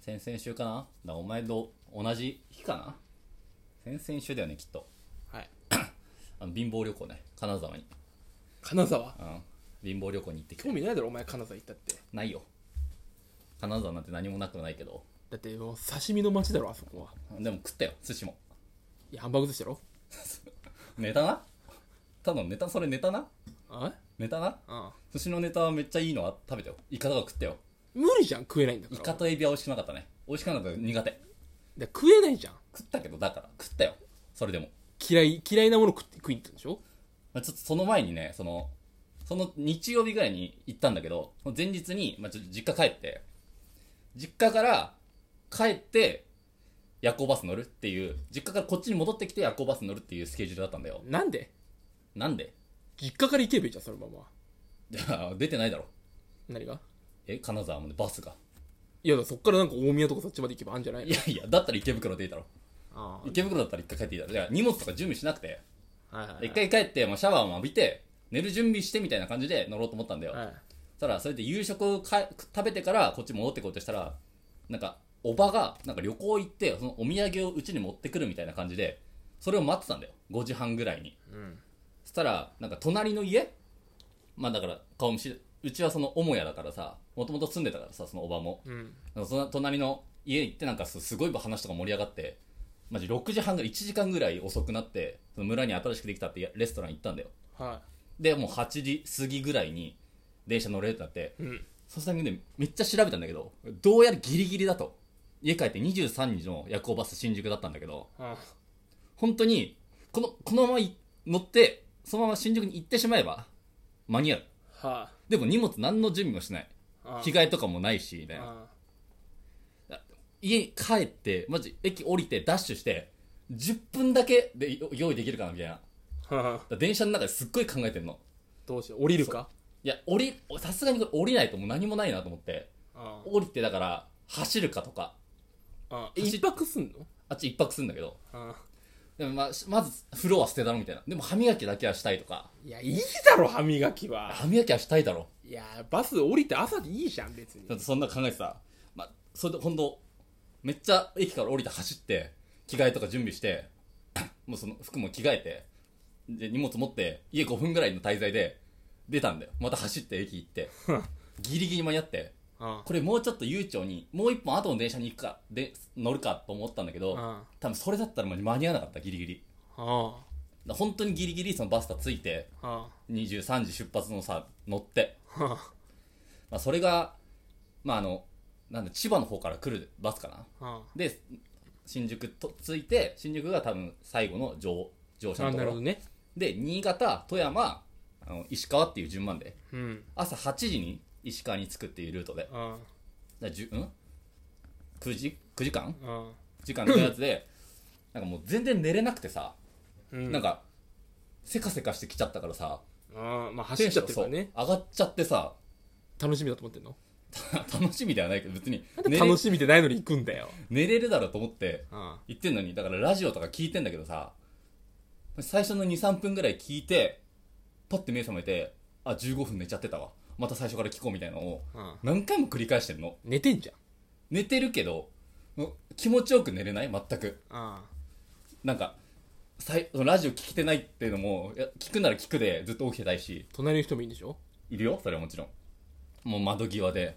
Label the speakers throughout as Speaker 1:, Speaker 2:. Speaker 1: 先々週かなだからお前と同じ日かな先々週だよねきっと
Speaker 2: はい
Speaker 1: あの貧乏旅行ね金沢に、
Speaker 2: 金沢
Speaker 1: うん、貧乏旅行に行ってき
Speaker 2: 興
Speaker 1: て
Speaker 2: 味ないだろお前金沢行ったって
Speaker 1: ないよ金沢なんて何もなくはないけど
Speaker 2: だってもう刺身の街だろあそこは
Speaker 1: でも食ったよ寿司も
Speaker 2: いやハンバーグ寿司だろ
Speaker 1: ネタなただのネタそれネタな
Speaker 2: あ
Speaker 1: ネタな
Speaker 2: あ
Speaker 1: 寿司のネタはめっちゃいいのは食べたよイカとか食ったよ
Speaker 2: 無理じゃん食えないんだか
Speaker 1: イ
Speaker 2: ら
Speaker 1: カとエビは美味しくなかったね美味しくなかった苦手
Speaker 2: だから食えないじゃん
Speaker 1: 食ったけどだから食ったよそれでも
Speaker 2: 嫌い嫌いなもの食って食いに行ったんでしょ
Speaker 1: まあちょっとその前にね、その、その日曜日ぐらいに行ったんだけど、その前日に、まあ、ちょっと実家帰って、実家から帰って、夜行バス乗るっていう、実家からこっちに戻ってきて夜行バス乗るっていうスケジュールだったんだよ。
Speaker 2: なんで
Speaker 1: なんで
Speaker 2: 実家から行けばいいじゃんそのまま
Speaker 1: じゃあ、出てないだろ。
Speaker 2: 何が
Speaker 1: え、金沢までバスが。
Speaker 2: いやだからそっからなんか大宮とかそっちまで行けばあんじゃないの
Speaker 1: いやいや、だったら池袋でいいだろ。
Speaker 2: あ
Speaker 1: 池袋だったら一回帰っていいだろ。じゃあ、荷物とか準備しなくて、
Speaker 2: あはいはい
Speaker 1: 一回帰って、まあ、シャワーも浴びて、寝る準備してみたいな感じで乗ろうと思ったんだよ。
Speaker 2: はい
Speaker 1: ただそれで夕食をか食べてからこっち戻ってこうとしたらなんかおばがなんか旅行行ってそのお土産をうちに持ってくるみたいな感じでそれを待ってたんだよ5時半ぐらいに
Speaker 2: うん
Speaker 1: そしたらなんか隣の家まあだから顔見知りうちはその母屋だからさもともと住んでたからさそのおばも
Speaker 2: うん
Speaker 1: なんかその隣の家行ってなんかすすごい話とか盛り上がってマジ6時半ぐらい1時間ぐらい遅くなってその村に新しくできたってレストラン行ったんだよ
Speaker 2: は
Speaker 1: でもう8時過ぎぐらいに電車乗れるってなって
Speaker 2: いうん
Speaker 1: そのタイミングでめっちゃ調べたんだけど、どうやらギリギリだと。家帰って23日の夜行バス新宿だったんだけど、
Speaker 2: あ
Speaker 1: 本当に、この、このままい乗って、そのまま新宿に行ってしまえば、間に合う。
Speaker 2: あは
Speaker 1: でも荷物何の準備もしない。
Speaker 2: あ
Speaker 1: 着替えとかもないし、みたいな。
Speaker 2: ああ
Speaker 1: 家に帰って、マジ、駅降りてダッシュして、10分だけでよ用意できるかな、みたいな。だか
Speaker 2: はあ
Speaker 1: ら電車の中ですっごい考えてんの。
Speaker 2: どうしよう降りるか
Speaker 1: いや、降り、さすがにこれ降りないともう何もないなと思って、
Speaker 2: あ
Speaker 1: 降りてだから、走るかとか、
Speaker 2: あえ一泊すんの
Speaker 1: あっち一泊するんだけど、
Speaker 2: ああ
Speaker 1: でもまあ、しまず風呂は捨てたろみたいな。でも歯磨きだけはしたいとか。
Speaker 2: いやいいだろ歯磨きは
Speaker 1: 歯磨きはしたいだろ。
Speaker 2: いやーバス降りて朝でいいじゃん別に
Speaker 1: だってそんな考えてさ。まあ、それで本当めっちゃ駅から降りて走って、着替えとか準備して、 もうその服も着替えて、で、荷物持って、家5分ぐらいの滞在で、出たんだよ。また走って駅行って。ギリギリ間に合って、
Speaker 2: あ
Speaker 1: これもうちょっと悠長に、もう一本後の電車に行くか、で、乗るかと思ったんだけど、
Speaker 2: あ
Speaker 1: 多分それだったら間に合わなかった、ギリギリ。
Speaker 2: あ
Speaker 1: だから本当にギリギリそのバスタついて、
Speaker 2: あ
Speaker 1: 23時出発のさ乗って、
Speaker 2: あ
Speaker 1: まあ、それが、まあ、あのなんだ千葉の方から来るバスかな
Speaker 2: あ
Speaker 1: で新宿と着いて新宿が多分最後の乗乗車の
Speaker 2: あ
Speaker 1: とこ
Speaker 2: なるほ
Speaker 1: ろ
Speaker 2: どね
Speaker 1: で新潟富山あの石川っていう順番で
Speaker 2: うん
Speaker 1: 朝8時に石川に着くっていうルートでだか
Speaker 2: あ
Speaker 1: らじゅ、うん、9時9時間
Speaker 2: あ
Speaker 1: 時間のやつ でなんかもう全然寝れなくてさ、
Speaker 2: うん
Speaker 1: なんかせかせかしてきちゃったからさ
Speaker 2: ああまあ走っちゃってるから
Speaker 1: テンシ
Speaker 2: ね
Speaker 1: ョンそう上がっちゃってさ
Speaker 2: 楽しみだと思ってんの
Speaker 1: 楽しみではないけど別に
Speaker 2: なんで
Speaker 1: 寝れ
Speaker 2: 楽しみでないのに行くんだよ
Speaker 1: 寝れるだろうと思って
Speaker 2: あ
Speaker 1: 言ってんのにだからラジオとか聞いてんだけどさ最初の23分ぐらい聞いてパッて目覚めてあ15分寝ちゃってたわまた最初から聞こうみたいなのを
Speaker 2: あ
Speaker 1: 何回も繰り返してんの
Speaker 2: 寝てんじゃん
Speaker 1: 寝てるけどもう気持ちよく寝れない全く
Speaker 2: あ
Speaker 1: なんかさいそのラジオ聞きてないっていうのもいや聞くなら聞くでずっと起きてたいし
Speaker 2: 隣の人もいいんでしょ
Speaker 1: いるよそれはもちろんもう窓際で、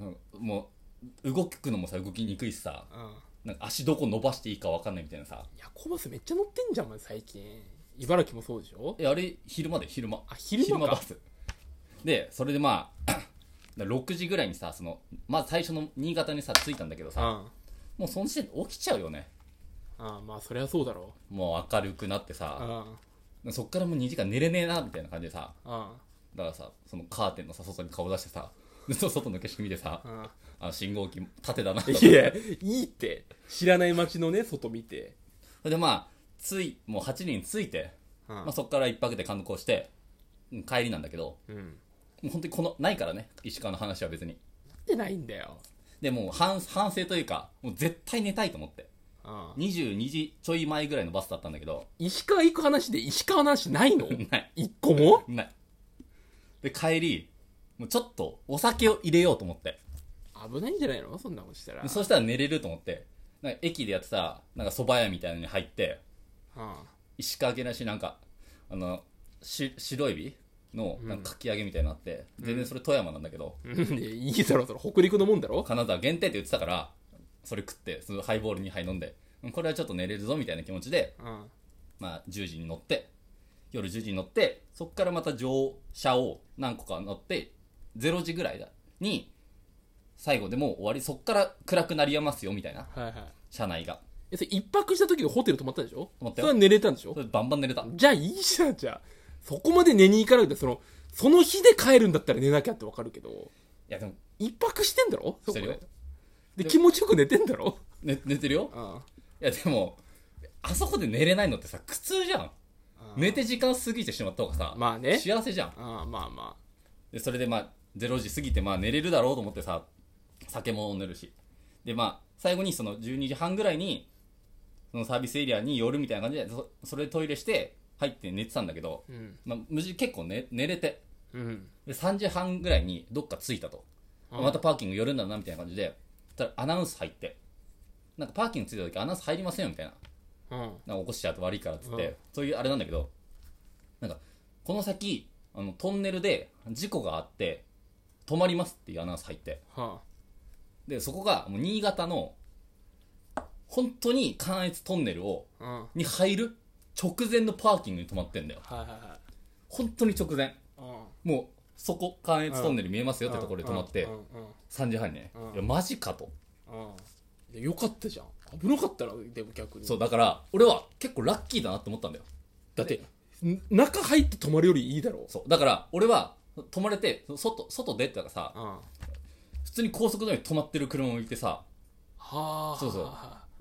Speaker 1: うんもう動くのもさ動きにくいしさ
Speaker 2: ああ
Speaker 1: なんか足どこ伸ばしていいか分かんないみたいなさ
Speaker 2: 夜行バスめっちゃ乗ってんじゃんお前最近茨城もそうでしょ
Speaker 1: えあれ昼間で昼間
Speaker 2: あ昼間
Speaker 1: バ
Speaker 2: か
Speaker 1: スでそれでまあ だから6時ぐらいにさそのまず最初の新潟にさ着いたんだけどさ
Speaker 2: あ
Speaker 1: もうその時点で起きちゃうよね
Speaker 2: あああまあそりゃそうだろ
Speaker 1: もう明るくなって
Speaker 2: う
Speaker 1: さ
Speaker 2: あ
Speaker 1: そっからもう2時間寝れねえなみたいな感じでさ
Speaker 2: ああ
Speaker 1: だからさそのカーテンのさ外に顔出してさ でそ外の景色見てさ
Speaker 2: ああ
Speaker 1: あの信号機縦だなと
Speaker 2: あ
Speaker 1: 思っ
Speaker 2: い
Speaker 1: て
Speaker 2: やいいって知らない街のね外見て
Speaker 1: それでまあついもう8人着いて、
Speaker 2: あ
Speaker 1: まあ、そっから1泊で観光してうん帰りなんだけど
Speaker 2: うん
Speaker 1: もう本当にこのないからね石川の話は別に
Speaker 2: ってないんだよ。
Speaker 1: でもう反反省というかもう絶対寝たいと思って22時ちょい前ぐらいのバスだったんだけど
Speaker 2: 石川行く話で石川の話 ないの
Speaker 1: ない
Speaker 2: 一個も
Speaker 1: ないで帰りもうちょっとお酒を入れようと思って
Speaker 2: 危ないんじゃないのそんなことしたら。
Speaker 1: そしたら寝れると思って、なんか駅でやってた、なんか蕎麦屋みたいなのに入って、
Speaker 2: うん
Speaker 1: 石川県らしいなんか、あの、し白エビのなんかかき揚げみたいなのあって、全然それ富山なんだけど、
Speaker 2: うん。いやいいだろ、それ。北陸のもんだろ
Speaker 1: 金沢限定って言ってたから、それ食って、そのハイボール2杯飲んで、うんこれはちょっと寝れるぞみたいな気持ちで、
Speaker 2: うん。
Speaker 1: まあ10時に乗って、夜10時に乗って、そっからまた乗車を何個か乗って、0時ぐらいだに、最後でもう終わり、そっから暗くなりやますよみたいな、
Speaker 2: はいはい。
Speaker 1: 車内が。
Speaker 2: え、それ一泊した時のホテル泊まったでしょ
Speaker 1: 泊まった
Speaker 2: そ
Speaker 1: よ
Speaker 2: れは寝れたんでしょ
Speaker 1: それバンバン寝れた。
Speaker 2: じゃあいいじゃん、じゃあ。そこまで寝に行かなくて、その、その日で帰るんだったら寝なきゃってわかるけど、
Speaker 1: いやでも、
Speaker 2: 一泊してんだろ
Speaker 1: してるよ
Speaker 2: そこで。で、気持ちよく寝てんだろ
Speaker 1: 寝寝てるよ
Speaker 2: うん。
Speaker 1: いやでも、あそこで寝れないのってさ、苦痛じゃん。寝て時間過ぎてしまった方がさ、
Speaker 2: まあね
Speaker 1: 幸せじゃん。
Speaker 2: ああ、まあま
Speaker 1: で、それでまあ、0時過ぎてまあ寝れるだろうと思ってさ、酒も飲んでるし。でまあ、最後にその12時半ぐらいに、そのサービスエリアに寄るみたいな感じで、そそれでトイレして、入って寝てたんだけど
Speaker 2: あ。、うん。
Speaker 1: まあ、無事結構寝寝れて、
Speaker 2: うん。
Speaker 1: で3時半ぐらいにどっか着いたと。
Speaker 2: うん
Speaker 1: またパーキング寄るんだなみたいな感じで、そしたらアナウンス入って、なんかパーキング着いた時アナウンス入りませんよみたいな。
Speaker 2: うん。
Speaker 1: なんか起こしちゃうと悪いからっつって、
Speaker 2: うん
Speaker 1: そういうあれなんだけど、なんか、この先、あの、トンネルで事故があって、止まりますっていうアナウンス入って、
Speaker 2: は
Speaker 1: で、そこがもう新潟の、本当に関越トンネルを、
Speaker 2: あ。うん。はい
Speaker 1: に入る直前のパーキングに止まってんだよ。
Speaker 2: はいはい。
Speaker 1: 本当に直前。
Speaker 2: うん。
Speaker 1: もう、そこ、関越トンネル見えますよってところで止まって
Speaker 2: うん、うん
Speaker 1: 3時半にね。
Speaker 2: うん
Speaker 1: いや、マジかと。
Speaker 2: うんうんいやよかったじゃん危なかったらでも逆に
Speaker 1: そう、だから、俺は結構ラッキーだなって思ったんだよ。
Speaker 2: だってん中入って泊まるよりいいだろ
Speaker 1: そう。だから、俺は、止まれて、外、外出てたらさ、
Speaker 2: うんは
Speaker 1: 普通に高速道路に止まってる車もいてさ、
Speaker 2: あ
Speaker 1: そうそう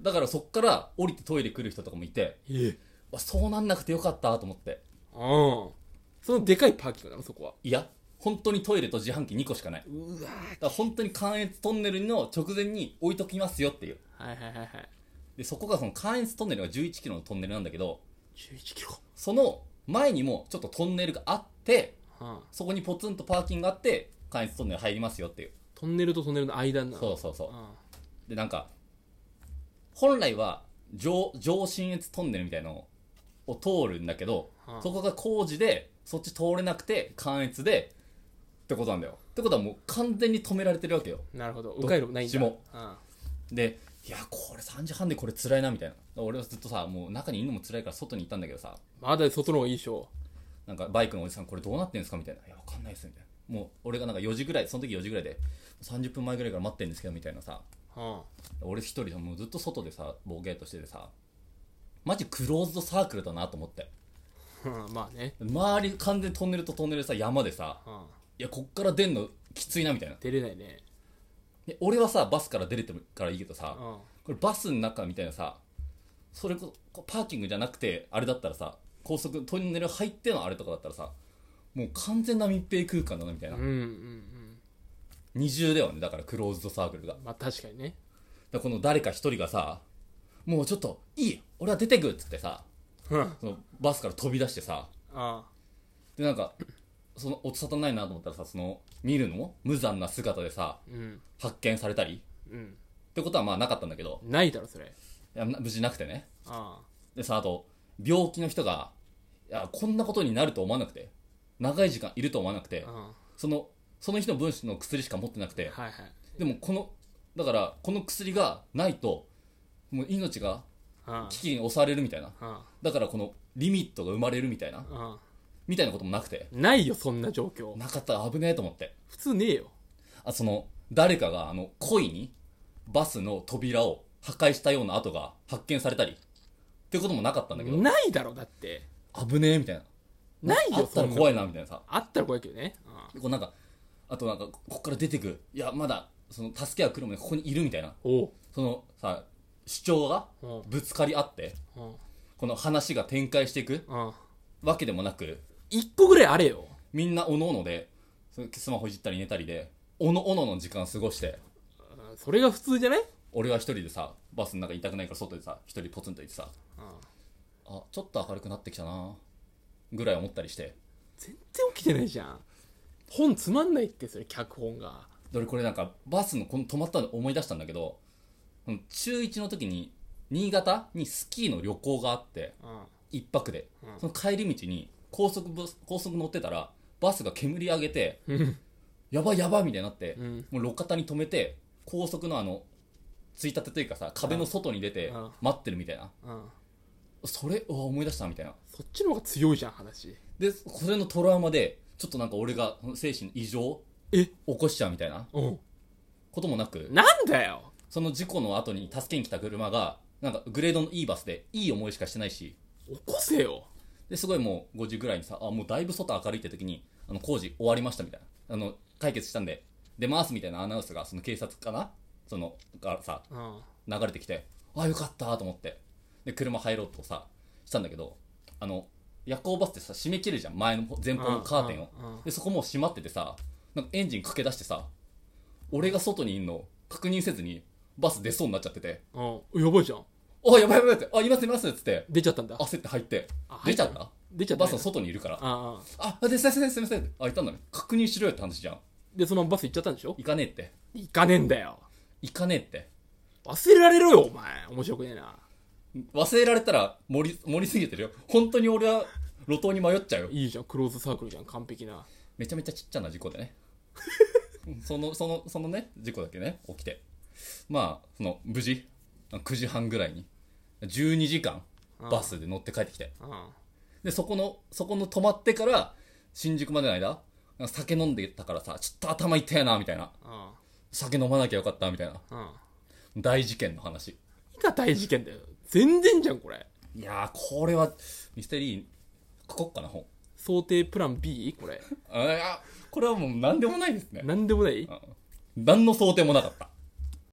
Speaker 1: だからそっから降りてトイレ来る人とかもいて、
Speaker 2: ええ
Speaker 1: わそうなんなくてよかったと思って。
Speaker 2: うんそのでかいパーキングなのそこはい
Speaker 1: や、本当にトイレと自販機2個しかない。だか
Speaker 2: うわ
Speaker 1: ら本当に関越トンネルの直前に置いときますよっていう。
Speaker 2: はいはいはいはい
Speaker 1: で、そこがその関越トンネルが11キロのトンネルなんだけど、
Speaker 2: 11キロ
Speaker 1: その前にもちょっとトンネルがあって、
Speaker 2: うん
Speaker 1: そこにポツンとパーキングがあって、関越トンネル入りますよっていう。
Speaker 2: トンネルとトンネルの間なの
Speaker 1: そうそうそう
Speaker 2: う。ん
Speaker 1: でなんか本来は上上信越トンネルみたいのを通るんだけど、
Speaker 2: はあ
Speaker 1: そこが工事でそっち通れなくて関越でってことなんだよってことはもう完全に止められてるわけよ
Speaker 2: なるほど迂回路ないんだ
Speaker 1: どっち
Speaker 2: うん
Speaker 1: でいやこれ3時半でこれ辛いなみたいな俺はずっとさもう中にいるのも辛いから外に行ったんだけどさ
Speaker 2: まだ外の方がいいでしょ
Speaker 1: なんかバイクのおじさんこれどうなってんですかみたいないやわかんないっすみたいなもう俺がなんか4時ぐらいその時4時ぐらいで30分前ぐらいから待ってるんですけどみたいなさ
Speaker 2: うん
Speaker 1: 俺一人さもうずっと外でさボーゲーっとしててさマジクローズドサークルだなと思って
Speaker 2: うんまあね
Speaker 1: 周り完全にトンネルとトンネルでさ山でさ
Speaker 2: うん
Speaker 1: いやこっから出んのきついなみたいな
Speaker 2: 出れないね
Speaker 1: で俺はさバスから出れてるからいいけど
Speaker 2: う
Speaker 1: さ
Speaker 2: ん
Speaker 1: これバスの中みたいなさそれこそパーキングじゃなくてあれだったらさ高速トンネル入ってのあれとかだったらさもう完全な密閉空間だなみたいな
Speaker 2: うんうんうん
Speaker 1: 二重だよねだからクローズドサークルが
Speaker 2: まあ確かにね
Speaker 1: だからこの誰か一人がさもうちょっといい俺は出てくっつってさ
Speaker 2: うんうん
Speaker 1: そのバスから飛び出してさでなんかその音沙汰ないなと思ったらさその見るのも無残な姿でさ
Speaker 2: うん
Speaker 1: 発見されたり
Speaker 2: うん
Speaker 1: ってことはまあなかったんだけど
Speaker 2: ないだろそれ
Speaker 1: いやな無事なくてね
Speaker 2: あ
Speaker 1: でさあと病気の人がいやこんなことになると思わなくて長い時間いると思わなくて
Speaker 2: あうん
Speaker 1: そのその日の分子の薬しか持ってなくて
Speaker 2: はいはい
Speaker 1: でもこのだからこの薬がないともう命が
Speaker 2: うん
Speaker 1: 危機に襲われるみたいな
Speaker 2: うん
Speaker 1: だからこのリミットが生まれるみたいな
Speaker 2: うん
Speaker 1: みたいなこともなくて
Speaker 2: ないよそんな状況
Speaker 1: なかったら危ねえと思って
Speaker 2: 普通ねえよ
Speaker 1: あその誰かがあの故意にバスの扉を破壊したような跡が発見されたりってこともなかったんだけど
Speaker 2: ないだろだって
Speaker 1: 危ねえみたいな
Speaker 2: ない
Speaker 1: あ
Speaker 2: よ
Speaker 1: った
Speaker 2: そ
Speaker 1: ら
Speaker 2: んな
Speaker 1: 怖いなみたいなさ
Speaker 2: あったら怖いけどね
Speaker 1: こうなんかあとなんかここから出てくいやまだその助けは来るもんねここにいるみたいな
Speaker 2: おう
Speaker 1: そのさ主張が
Speaker 2: うん
Speaker 1: ぶつかり合って
Speaker 2: うん
Speaker 1: この話が展開していく
Speaker 2: うん
Speaker 1: わけでもなく
Speaker 2: 一個ぐらいあれよ
Speaker 1: みんなおのおのでそのスマホいじったり寝たりでおのおのの時間過ごして
Speaker 2: うんそれが普通じゃない
Speaker 1: 俺は一人でさバスの中痛くないから外でさ一人ポツンといてさあちょっと明るくなってきたなぐらい思ったりして
Speaker 2: 全然起きてないじゃん本つまんないってそれ脚本が
Speaker 1: 俺これなんかバスのこの止まったの思い出したんだけどその中1の時に新潟にスキーの旅行があって
Speaker 2: うん
Speaker 1: 一泊で、
Speaker 2: うん
Speaker 1: その帰り道に高速バス高速乗ってたらバスが煙上げて
Speaker 2: うん
Speaker 1: やばいやばいみたいになって、
Speaker 2: うん
Speaker 1: もう路肩に止めて高速のあのついたてというかさ壁の外に出て
Speaker 2: うん
Speaker 1: 待ってるみたいな、
Speaker 2: うん
Speaker 1: それうわ思い出したみたいな
Speaker 2: そっちの方が強いじゃん話
Speaker 1: でそれのトラウマでちょっとなんか俺が精神異常
Speaker 2: え
Speaker 1: 起こしちゃうみたいな
Speaker 2: うん
Speaker 1: こともなく
Speaker 2: なんだよ
Speaker 1: その事故の後に助けに来た車がなんかグレードのいいバスでいい思いしかしてないし
Speaker 2: 起こせよ
Speaker 1: ですごいもう5時ぐらいにさあもうだいぶ外明るいって時にあの工事終わりましたみたいなあの解決したんで出ますみたいなアナウンスがその警察かなそのがさ
Speaker 2: うん
Speaker 1: 流れてきてあよかったと思ってで車入ろうとさしたんだけどあの夜行バスってさ締め切るじゃん前の前方のカーテンを
Speaker 2: うんうんうん
Speaker 1: でそこもう閉まっててさなんかエンジンかけ出してさ俺が外にいんの確認せずにバス出そうになっちゃってて
Speaker 2: うんやばいじゃん
Speaker 1: 「あやばいやばい」って「あいますいます」っつって
Speaker 2: 出ちゃったんだ
Speaker 1: 焦って入って
Speaker 2: あ
Speaker 1: 出ちゃった
Speaker 2: 出ちゃった
Speaker 1: バスの外にいるから
Speaker 2: ああ
Speaker 1: 「あですいませんすいません」あいたんだね確認しろよって話じゃん
Speaker 2: でそのままバス行っちゃったんでしょ
Speaker 1: 行かねえって
Speaker 2: 行かねえんだよ
Speaker 1: 行かねえって
Speaker 2: 忘れられろよお前面白くねえな
Speaker 1: 忘れられたら盛り盛りすぎてるよ本当に俺は路頭に迷っちゃうよ
Speaker 2: いいじゃんクローズサークルじゃん完璧な
Speaker 1: めちゃめちゃちっちゃな事故でねそのそのそのね事故だけね起きてまあその無事9時半ぐらいに12時間バスで乗って帰ってきて
Speaker 2: うん
Speaker 1: でそこのそこの止まってから新宿までの間酒飲んでたからさちょっと頭痛いなみたいな
Speaker 2: うん
Speaker 1: 酒飲まなきゃよかったみたいな
Speaker 2: うん
Speaker 1: 大事件の話
Speaker 2: いか大事件だよ全然じゃんこれ
Speaker 1: いやーこれはミステリー書こっかな本
Speaker 2: 想定プラン B これ
Speaker 1: あいやこれはもう何でもないですね
Speaker 2: 何でもない
Speaker 1: うん何の想定もなかった